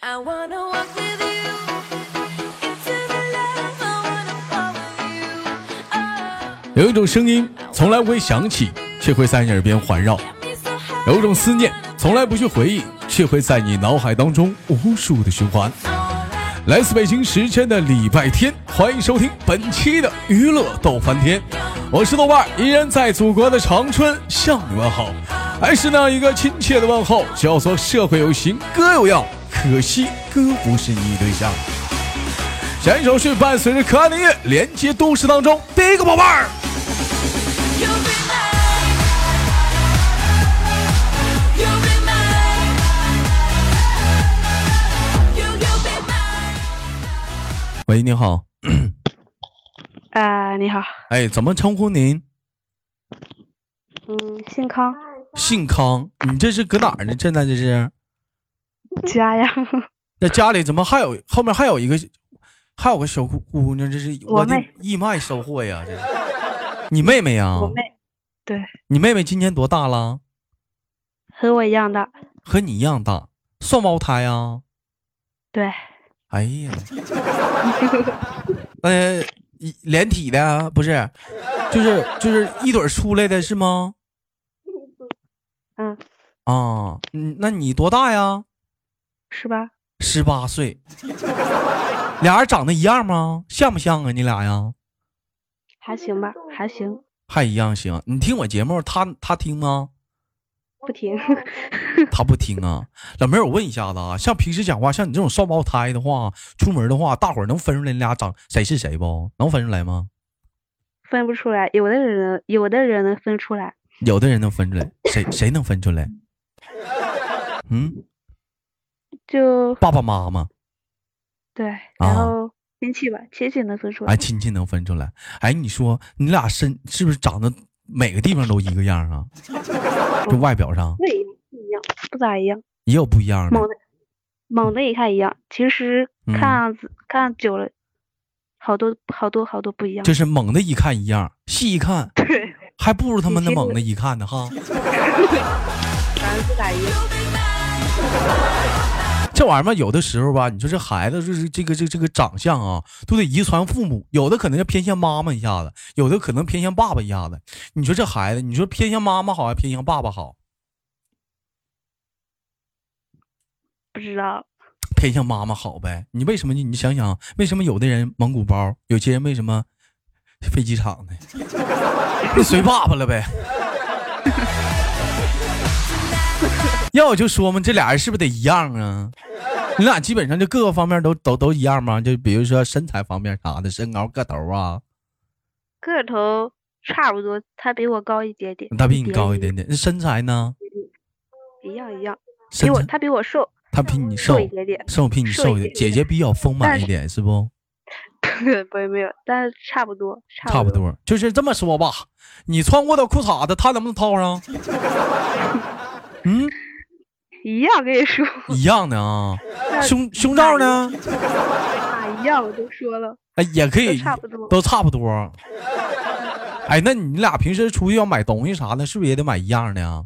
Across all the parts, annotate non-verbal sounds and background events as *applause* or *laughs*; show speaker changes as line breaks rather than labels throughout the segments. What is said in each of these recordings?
I wanna walk with you into the light. I wanna follow you. Oh,
有一种声音从来不会响起，却会在你耳边环绕；
got me so high.
有一种思念从来不去回忆，却会在你脑海当中无数的循环。来自北京时间的礼拜天，欢迎收听本期的娱乐逗翻天，我是豆瓣儿，依然在祖国的长春向你问好，还是那一个亲切的问候，叫做社会有形，哥有样，可惜哥不是你对象。选手是伴随着可爱的音乐，连接都市当中第一个宝贝儿。
You'll be mine. You'll be mine. You, you'll be mine.
喂，你好，
啊、你好，
哎，怎么称呼您？
嗯，姓康，
姓康，你这是搁哪儿呢？现在这是
家呀，
在家里，怎么还有后面还有一个，还有个小姑姑娘？这是
我
的
妹
义卖收获呀！这是你妹妹呀？
我妹，对，
你妹妹今年多大了？
和我一样大，
和你一样大，双胞胎呀？
对，
哎呀，
*laughs*
呃，一连体的啊不是，就是就是一对儿出来的是吗？
嗯，
啊，嗯，那你多大呀？
是吧？
十八岁，俩人长得一样吗？像不像啊？你俩呀？
还行吧，还行，
还一样行？你听我节目，他他听吗？
不停， *laughs*
他不听啊。老妹儿，我问一下子啊，像平时讲话，像你这种双胞胎的话，出门的话，大伙儿能分出来你俩长谁是谁不？能分出来吗？
分不出来，有的人有的人能分出来，
有的人能分出来，谁谁能分出来？嗯，
就
爸爸妈妈，
对，
啊
然后亲戚吧，亲戚能分出来
哎，，亲戚能分出来。哎，你说你俩身是不是长得每个地方都一个样啊？就外表上
不一不一样，不咋一样，
也有不一样的
猛。的猛的一看一样，其实
嗯
看子、看久了，好多好多好多不一样，
就是猛的一看一样，细一看
*laughs* 对，
还不如他妈
你
那
这
猛
个
的一看呢
*laughs*
哈。
反正不咋一样，
这玩意儿嘛，有的时候吧，你说这孩子就是这个这个这个长相啊，都得遗传父母，有的可能要偏向妈妈一下子，有的可能偏向爸爸一下子。你说这孩子，你说偏向妈妈好还是偏向爸爸好？
不知道，
偏向妈妈好呗。你为什么你你想想，为什么有的人蒙古包，有些人为什么飞机场呢？ *laughs* 那随爸爸了呗。要我就说嘛，这俩人是不是得一样啊？你俩基本上就各个方面都都都一样吗？就比如说身材方面啥的，身高、个头啊，
个头差不多，他比我高一点点，
他比你
别
高一
人
点点。那身材呢？
一样一样，比
身
我
材
他比我瘦
他比你瘦
瘦一，点点， *laughs*
瘦比你
瘦
瘦
一
一点，
点
姐姐比较丰满
但
一点，是不？
不是没有，但是差不多，
差不
不多。
多，就是这么说吧。你穿过的裤衩子，他能不能套
*laughs*
上？嗯，
一样跟你说，
*laughs* 一样的啊。
那
胸胸罩呢？
啊一样，我都说了，
哎，也可以，
都差不多
都差不多。哎，那你俩平时出去要买东西啥的，是不是也得买一样的呀？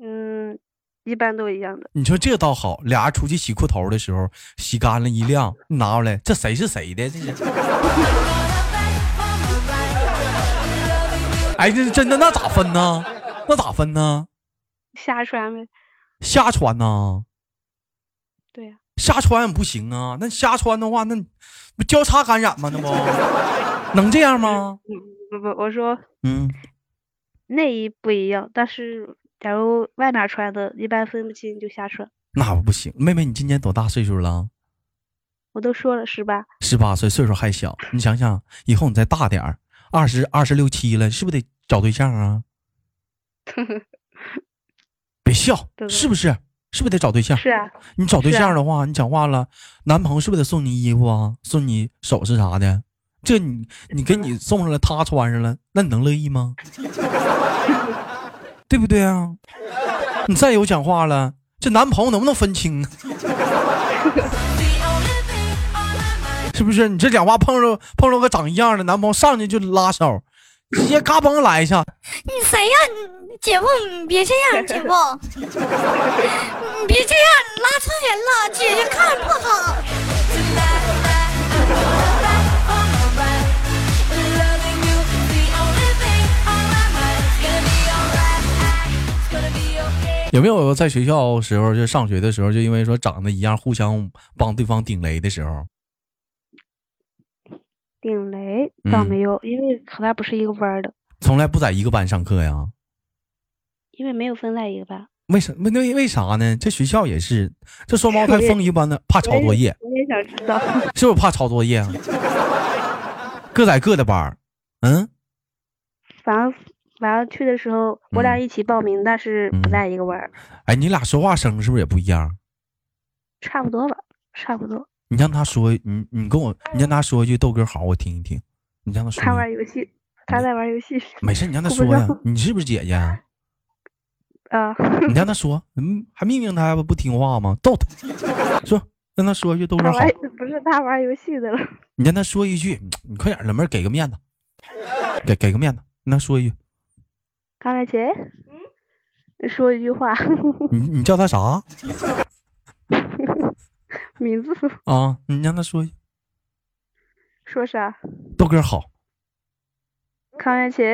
嗯，一般都一样的，
你说这倒好，俩人出去洗裤头的时候，洗干了一晾，拿出来，这谁是谁的？
*laughs*
这是。哎，这是真的，那咋分呢？那咋分呢？
瞎穿呗。
瞎穿呐？
对呀、
瞎穿也不行啊，那瞎穿的话，那不交叉感染吗？那不能这样吗？
不不，我说
嗯，
内衣不一样，但是假如外面穿的，一般分不清就瞎穿。
那不行。妹妹，你今年多大岁数了？
我都说了是吧？
十八岁，岁数还小。你想想，以后你再大点儿，二十二十六七了，是不是得找对象啊？别笑，
对对
是不是？是不是得找对象？
是啊，
你找对
是啊
象的话，你讲话了，男朋友是不是得送你衣服啊，送你首饰啥的？这你你给你送上了，他穿上了，那你能乐意吗？对不对啊？你再有讲话了，这男朋友能不能分清啊？是不是？你这讲话碰着碰着个长一样的男朋友，上去就拉手，直接嘎嘣来一下，
你谁呀、你姐夫，你别这样，姐夫，你别这样，你拉错人了，姐姐看着不好。
有没有在学校时候就上学的时候，就因为说长得一样，互相帮对方顶雷的时候？
顶雷倒
嗯
没有，因为和他不是一个班儿的，
从来不在一个班上课呀？
因为没有分在一个班。
为什为为为啥呢？这学校也是，这双胞胎疯一般的，怕抄作业，
我也想知道，
是不是怕抄作业啊？各在各的班儿，嗯，
反正反正去的时候，我俩
嗯
一起报名，但是
嗯
不在一个班儿，
哎，你俩说话声是不是也不一样？
差不多吧，差不多。
你让他说，你你跟我，你让他说一句豆哥好，我听一听。你让他说一
他玩
句，
儿游戏，他在玩儿游戏
没事，你让他
我不
说呀
知道。
你是不是姐姐啊？
啊。
你让他说，嗯，还命令他不不听话吗？逗他，说让他说一句豆哥
他
好
玩，儿不是他玩儿游戏的了，
你让他说一句，嗯你快点儿，老妹儿给个面子，给给个面子，让他说一句，
刚才谁？说一句话，
你你叫他啥
名字
啊？你让他说一句
说啥？
豆哥好，
康元琴，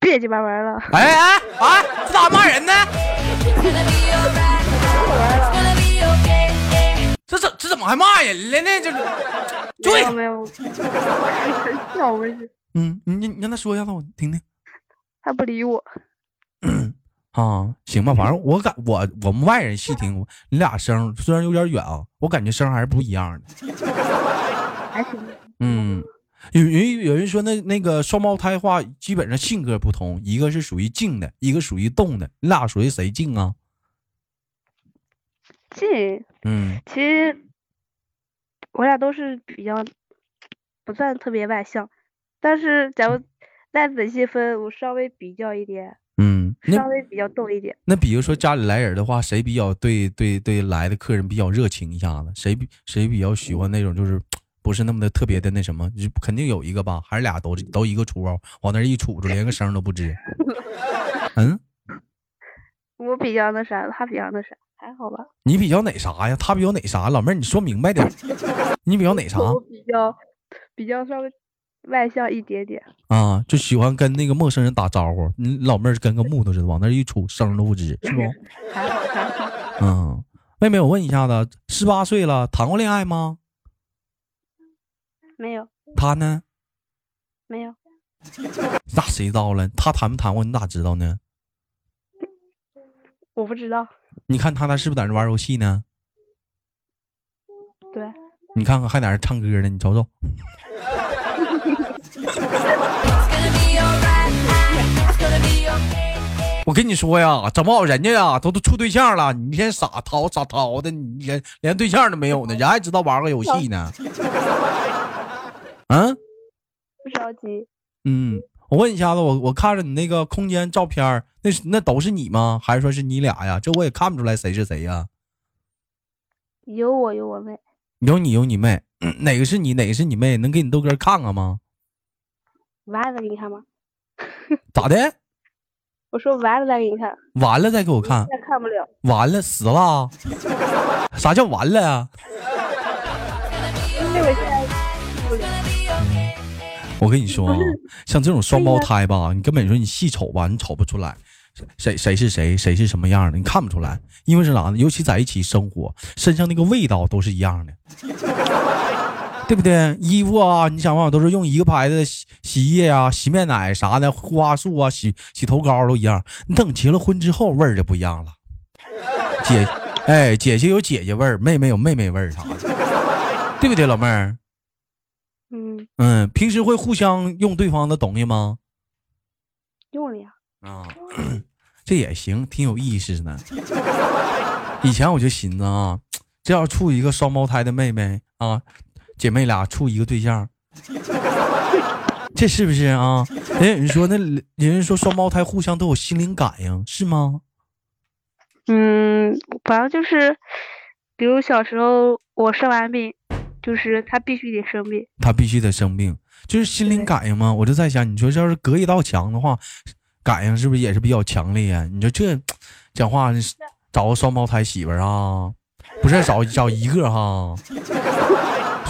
别鸡巴玩儿了，
哎哎哎，这咋骂人呢？这怎这怎么还骂人了呢？这
没
对
有没有，笑我是
嗯，你你你让他说一下子，我听听。
他不理我，
啊，行吧，反正我感我我们外人细听，我你俩声儿虽然有点远啊，我感觉声儿还是不一样的。
还行，
嗯，有人有人说那那个双胞胎话基本上性格不同，一个是属于静的，一个属于动的，你俩属于谁静啊？
近。
嗯，
其实我俩都是比较不算特别外向，但是假如再仔细分，我稍微比较一点，
嗯，那
稍微比较动一点。
那比如说家里来人的话，谁比较对对对来的客人比较热情一下子？谁比谁比较喜欢那种就是不是那么的特别的那什么？就肯定有一个吧，还是俩都是都一个出包，往那儿一杵着，连个声儿都不吱。嗯，
我比较那啥，他比较那啥，还好吧。
你比较哪啥呀？他比较哪啥？老妹儿，你说明白点儿。你比较哪啥
我比较比较稍微外向一点点，
啊？就喜欢跟那个陌生人打招呼。你老妹儿跟个木头似的，往那儿一杵，声儿都不吱，是不？
还好还好。
嗯，妹妹，我问一下子，十八岁了，谈过恋爱吗？
没有
他呢？
没有，
那谁知道了？他谈没谈过，你咋知道呢？
我不知道。
你看他那是不是在那玩游戏呢？
对，
你看看还在那唱歌呢，你瞅瞅。我跟你说呀，整不好人家呀都都处对象了，你一天傻淘傻淘的，你连连对象都没有呢，人还知道玩个游戏呢。嗯、
不着急，
嗯，我问一下子，我我看着你那个空间照片儿，那是那都是你吗？还是说是你俩呀？这我也看不出来谁是谁呀、
有我有我妹，
有你有你妹， *clears throat* 哪个是你，哪个是你妹？能给你豆哥看看吗？
完了再给你看吗？
咋的？
我说完了再给你看，
完了再给我看，
现在看不了。
完了死了啊？ *laughs* 啥叫完了啊呀、
因为我现在
我跟你说啊，像这种双胞胎吧，你根本说你细瞅吧，你瞅不出来。谁谁是谁，谁是什么样的，你看不出来，因为是啥呢？尤其在一起生活，身上那个味道都是一样的，对不对？衣服啊，你想办法都是用一个牌子的洗洗衣液啊、洗面奶啥的，花束啊、洗洗头膏都一样。你等结了婚之后，味儿就不一样了。姐，哎，姐姐有姐姐味儿，妹妹有妹妹味儿啥的，对不对，老妹儿？
嗯
嗯，平时会互相用对方的东西吗？
用了呀，
啊， *clears throat* 这也行，挺有意思呢。以前我就寻思啊，这要处一个双胞胎的妹妹啊，姐妹俩处一个对象，这是不是啊？人有人说那人家说双胞胎互相都有心灵感应，是吗？
嗯，反正就是，比如小时候我生完病，就是他必须得生病，
他必须得生病，就是心灵
对
感应嘛。我就在想，你说这要是隔一道墙的话，感应是不是也是比较强烈呀、你说这讲话你是找个双胞胎媳妇儿啊，不是找找一个哈、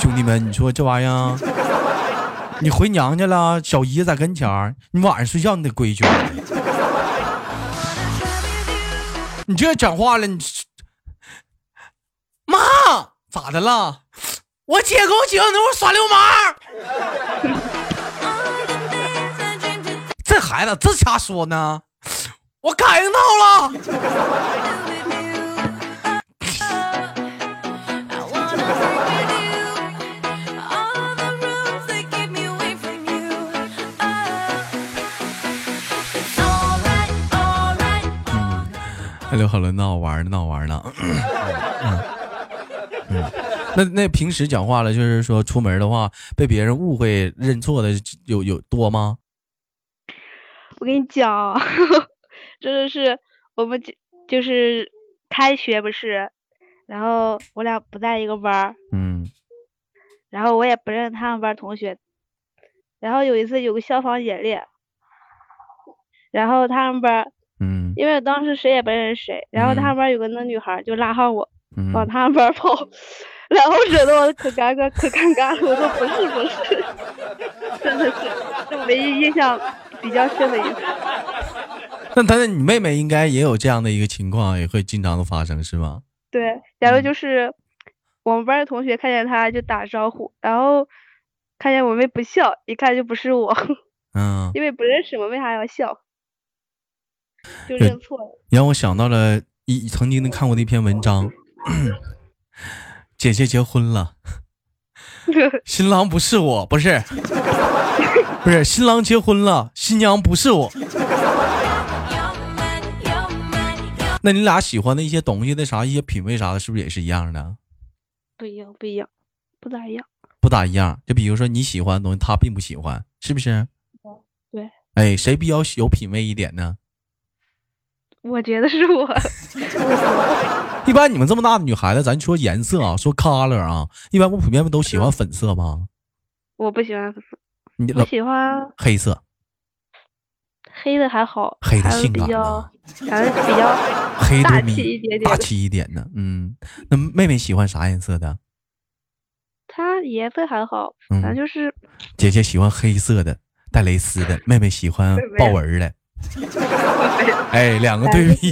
兄弟们，你说这玩意儿，你回娘家了，小姨在跟前儿，你晚上睡觉你得规矩。你这讲话了，你妈咋的了？我姐给我姐夫那屋耍流氓，这孩子这瞎说呢，我感应到了。哎，刘海伦闹玩呢，闹玩呢。嗯嗯，那那平时讲话了，就是说出门的话，被别人误会认错的有有多吗？
我跟你讲啊， *laughs* 真的是我们就就是开学不是，然后我俩不在一个班儿，
嗯
然后我也不认识他们班儿同学。然后有一次有个消防演练，然后他们班儿
嗯
因为当时谁也不认识谁，然后他
嗯
们班儿有个那女孩儿就拉上我
嗯，
往他们班儿跑，然后惹得我可尴尬可尴尬了。我说不是不是，真的是这唯一印象比较深的一次。
那但是你妹妹应该也有这样的一个情况，也会经常的发生是吗？
对，假如
嗯
就是我们班儿的同学看见他就打招呼，然后看见我妹不笑，一看就不是我， *laughs*
嗯，
因为不认识嘛，为啥要笑？就
对
认错了。
你让我想到了一曾经的看过的一篇文章，姐姐结婚了，新郎不是我，不是，不是新郎结婚了，新娘不是我。那你俩喜欢的一些东西的啥一些品味啥的，是不是也是一样的？
*laughs* 不一样，不一样，不咋一样。
不咋一样。就比如说你喜欢的东西，他并不喜欢，是不是？
对。
哎，谁比较有品味一点呢？
我觉得是我， *laughs*
一般你们这么大的女孩子，咱说颜色啊，说 color 啊，一般不普遍不都喜欢粉色吗？
我不喜欢粉色，
你
我
老
喜欢
黑色，
黑的还好，
黑的
还是
性
比
感
较
呢，
还是比较
黑的
大
迷
气一点点
大
的
气一点的。嗯，那妹妹喜欢啥颜色的？
它颜色还好，
嗯
反正就是
姐姐喜欢黑色的，带蕾丝的；妹妹喜欢
啊
豹纹
*laughs*
儿的。哎，两个对比，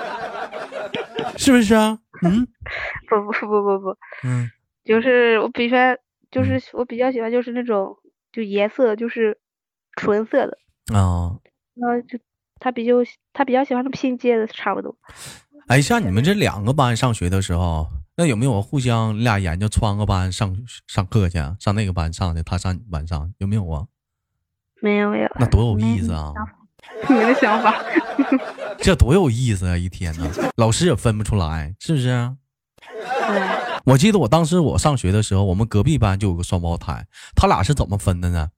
*laughs* 是不是啊？嗯
不不不不不，
嗯
就是我比较就是
嗯
我比较喜欢就是那种就颜色就是纯色的，
啊、
然后就他比较他比较喜欢那种拼接的差不多。
哎，像你们这两个班上学的时候，那有没有互相你俩研究穿个班上上课去啊？上那个班上去，他上你班上，有没有啊？
没有没有，
那多有
没
意思
*laughs*
啊！
你的想法，
*laughs* 这多有意思啊！一天呢，老师也分不出来，是不是啊、
对，
我记得我当时我上学的时候，我们隔壁班就有个双胞胎，他俩是怎么分的呢？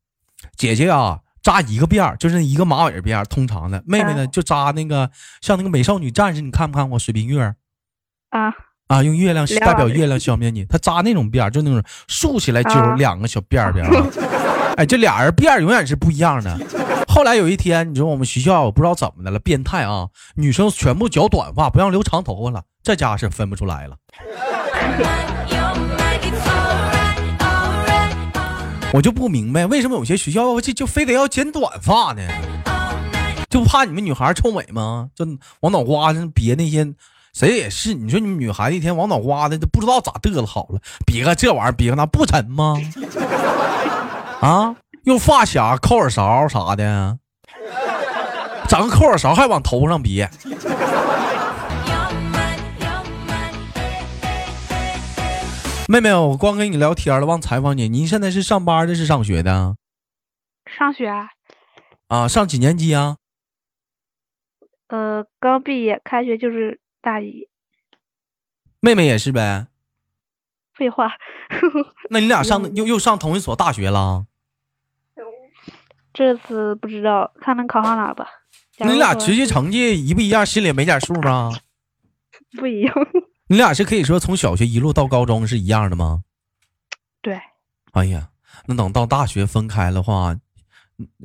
姐姐啊扎一个辫儿，就是一个马尾辫儿，通常的；妹妹
嗯
呢就扎那个像那个美少女战士，你看没看过水冰月儿
啊，
啊？用月亮
两
代表月亮消灭你，她扎那种辫儿，就那种竖起来揪
啊
两个小辫儿辫儿啊。哎，这俩人辫儿永远是不一样的。后来有一天，你说我们学校我不知道怎么的了，变态啊，女生全部剪短发，不让留长头发了，这家是分不出来了。我就不明白为什么有些学校就就非得要剪短发呢？就怕你们女孩儿臭美吗？就往脑瓜上别那些，谁也是。你说你们女孩子一天往脑瓜子都不知道咋嘚瑟好了，别个这玩意儿，别个那不沉吗？啊，用发卡、扣耳勺啥的，整个扣耳勺还往头上别，妹妹，我光跟你聊天了，忘采访你。您现在是上班的，是上学的
上学啊，
啊？上几年级啊？
呃，刚毕业，开学就是大一。
妹妹也是呗。
废话，
那你俩
嗯
上的又又上同一所大学了？
这次不知道看能考上哪吧。
那
假
你
如
俩
说
学习成绩一不一样，心里没点数吗？
不一样， *laughs*
你俩是可以说从小学一路到高中是一样的吗？
对，
哎呀，那等到大学分开的话，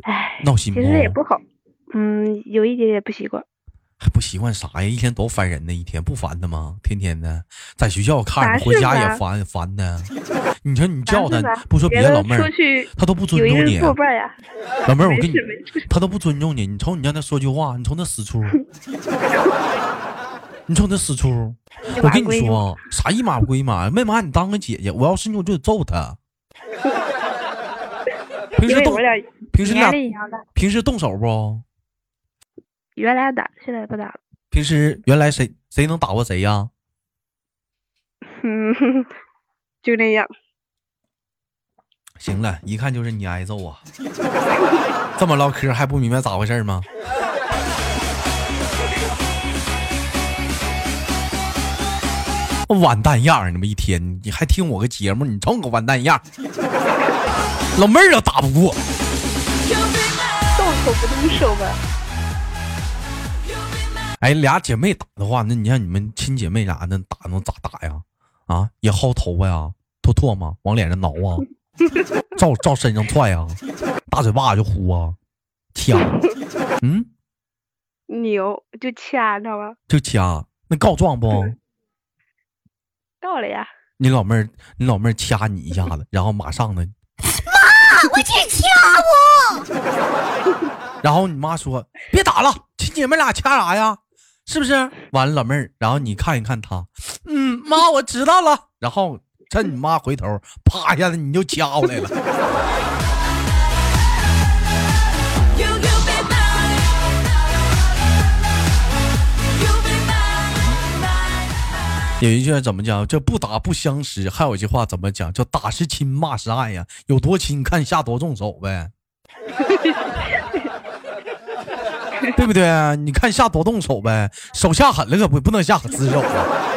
唉，
闹心
其实也
不
不好，嗯，有一点点不习惯。
还哎不习惯啥呀？一天多烦人呢，一天不烦他吗？天天的在学校看
哪
着，
是
回家也
烦
烦烦的。你说你叫
咱
他
是吧，
不说
别
别的，老
人
妹儿
出，去
他都不尊
有一
重你啊
人。作伴儿呀，
老妹儿，我
没
跟你
事，没事，
他都不尊重你。你瞅你让他说句话，你瞅那死
*laughs*
出，你瞅那死出。
一
我
码
跟
归
你
一码
说，啥一码归一码，没把你当个姐姐，我要是你我就得揍他。平
因
时
为
动
我，俩
平时你俩
年龄一样大，
平时动手不？
原来打，现在不打了。
平时原来谁谁能打过谁呀、
嗯， *laughs* 就那样。
行了，一看就是你挨揍啊！这么唠嗑还不明白咋回事吗？完蛋样儿，你们一天你还听我个节目，你瞅你个完蛋样儿！老妹儿都打不过，
动口不动手吧。
哎，俩姐妹打的话，那你让你们亲姐妹啥的打能咋打呀？啊，也薅头发呀，吐唾沫往脸上挠啊，照照身上踹啊，大嘴巴就呼啊，掐，嗯。
扭就掐，你知道吗？
就掐，那告状不？
到了呀，
你老妹儿，你老妹儿掐你一下子，然后马上呢，
我姐掐我，
然后你妈说别打了，亲姐妹俩掐啥呀？是不是？完了，老妹儿，然后你看一看她，嗯，妈，我知道了。然后趁你妈回头，啪一下子你就掐回来了。
You, you be mine. You be mine, mine, mine.
有一句话怎么讲？叫不打不相识。还有一句话怎么讲？叫打是亲，骂是爱呀。有多亲，看下多重手呗，对不对？你看下多动手呗，手下狠了可不不能下死手啊。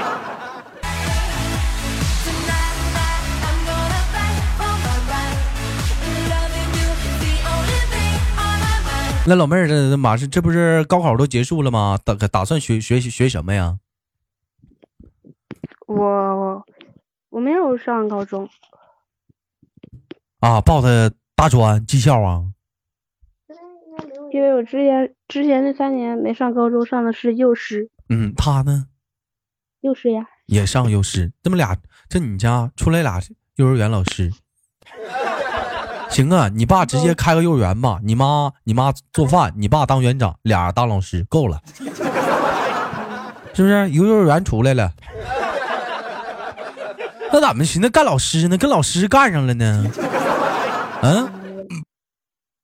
Tonight, night, I'm gonna fight for my right. Loving you is the only thing on my mind.
那老妹儿，这马上这不是高考都结束了吗？打打算学学习学什么呀？
我我没有上高中，
啊，报的大专技校啊？
因为我之前之前那三年没上高中，上的是幼师，
嗯，他呢
幼师呀，
也上幼师，这么俩，这你家出来俩幼儿园老师。行啊，你爸直接开个幼儿园吧，你妈你妈做饭，你爸当园长，俩当老师够了，是不是？一个幼儿园出来了，那咋没寻思干老师呢？跟老师干上了呢？嗯。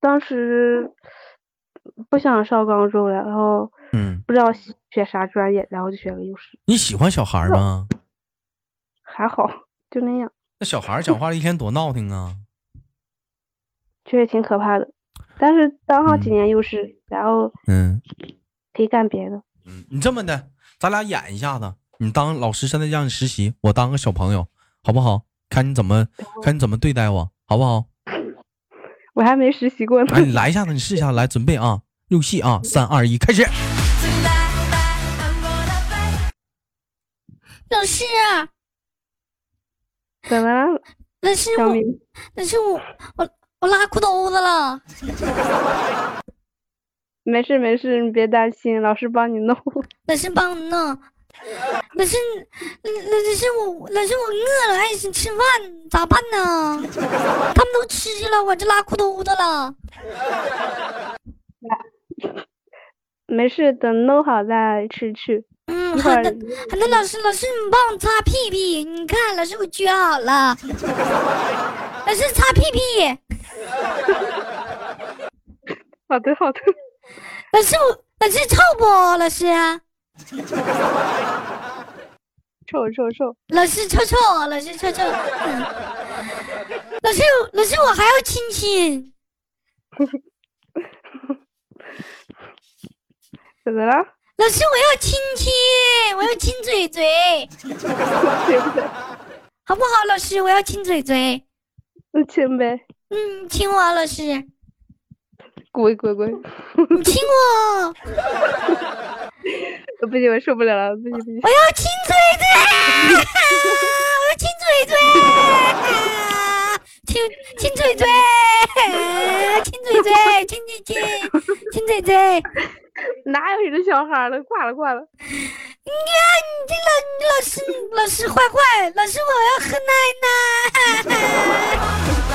当时不想上高中了，然后
嗯，
不知道选啥专业，然后就选个幼师，
你喜欢小孩儿吗？
还好就那样，
那小孩儿讲话一天多闹挺啊！
确实挺可怕的。但是当上几
嗯
年幼师，然后
嗯
可以干别的，
嗯，你这么的，咱俩演一下子，你当老师，现在让你实习，我当个小朋友，好不好？看你怎么看你怎么对待我，好不好？
我还没实习过呢。
哎，你来一下子，你试一下，来准备啊，入戏啊，三二一，开始！
Tonight, night, I'm gonna fight.
老师，啊
怎么
哎
了，
老师
小
我，
明？
老师我，我我拉裤兜子了。
没事没事，你别担心，老师帮你弄。
老师帮我弄。老师，老老师我老师我饿了，还想吃饭，咋办呢？他们都吃了，我这拉裤兜子了。
没事，等弄好再吃去。
嗯，
一会
好
*laughs*
儿
的，好的，老师，老师你帮我擦屁屁，你看，老师我撅好了。 *laughs* 老师擦屁屁，
好的好的， *laughs*
老师我老师臭不？老师，啊
臭臭臭，
老师臭臭，老师臭臭。 *laughs* 嗯老师，老师我还要亲亲。
怎么了？
老师，我要亲亲，我要亲嘴嘴， *laughs* 好不好？老师，我要亲嘴嘴，
那亲呗，
嗯，亲我啊，老师，你
滚滚滚！
亲我，
不行，我受不了了，不行不行
我，要亲嘴嘴，啊 *laughs* 啊我要亲嘴嘴，亲亲嘴仔仔，
哎
哪有你这小孩儿了？挂了挂了。
你看你这老你老师你老师坏坏，老师我要喝奶奶。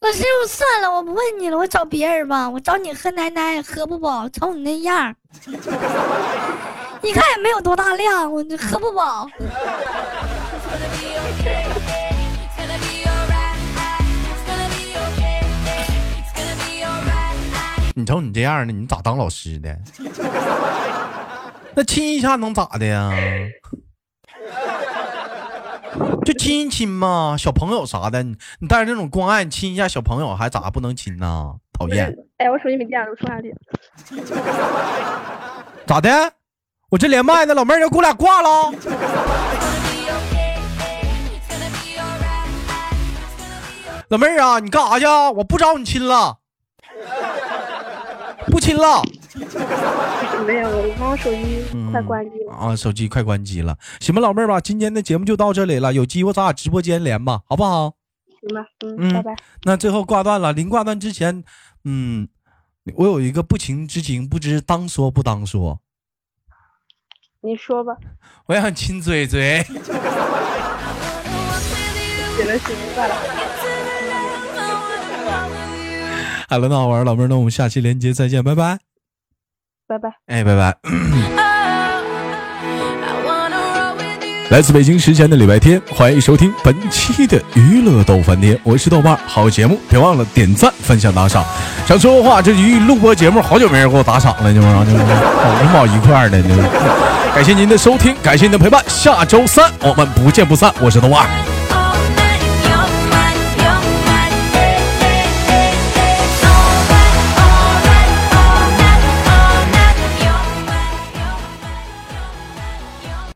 老师，我算了，我不问你了，我找别人吧。我找你喝奶奶喝不饱，瞅你那样儿，一看也没有多大量，我就喝不饱。
你瞅你这样的，你咋当老师的？ *laughs* 那亲一下能咋的呀？就亲一亲嘛，小朋友啥的，你你带着那种关爱，你亲一下小朋友还咋不能亲呢？讨厌，
哎，我手机没电了，我充下电。
咋的？我这连麦呢，老妹儿要给我俩挂了。啊老妹儿啊，你干啥去啊？我不找你亲了，不亲了。
没有，我刚手机快
嗯
关机了。
啊，手机快关机了。行吧，老妹儿吧，今天的节目就到这里了，有机会咱俩直播间连吧，好不好？
行吧，
嗯
嗯，拜拜。
那最后挂断了，临挂断之前，嗯，我有一个不情之请，不知当说不当说，
你说吧，
我想亲嘴嘴。 *laughs*
行了行了，挂了。
好了，那好玩儿，老妹儿，那我们下期连接再见，拜拜。
拜拜。
哎，拜拜。
来自北京时间的礼拜天，欢迎收听本期的娱乐逗翻天，我是豆瓣儿，好节目别忘了点赞、分享、打赏。想说话，这一录播节目，好久没人给我打赏了，你们啊，你们啊，好他妈一块儿呢，你们。感谢您的收听，感谢您的陪伴，下周三我们不见不散，我是豆瓣儿。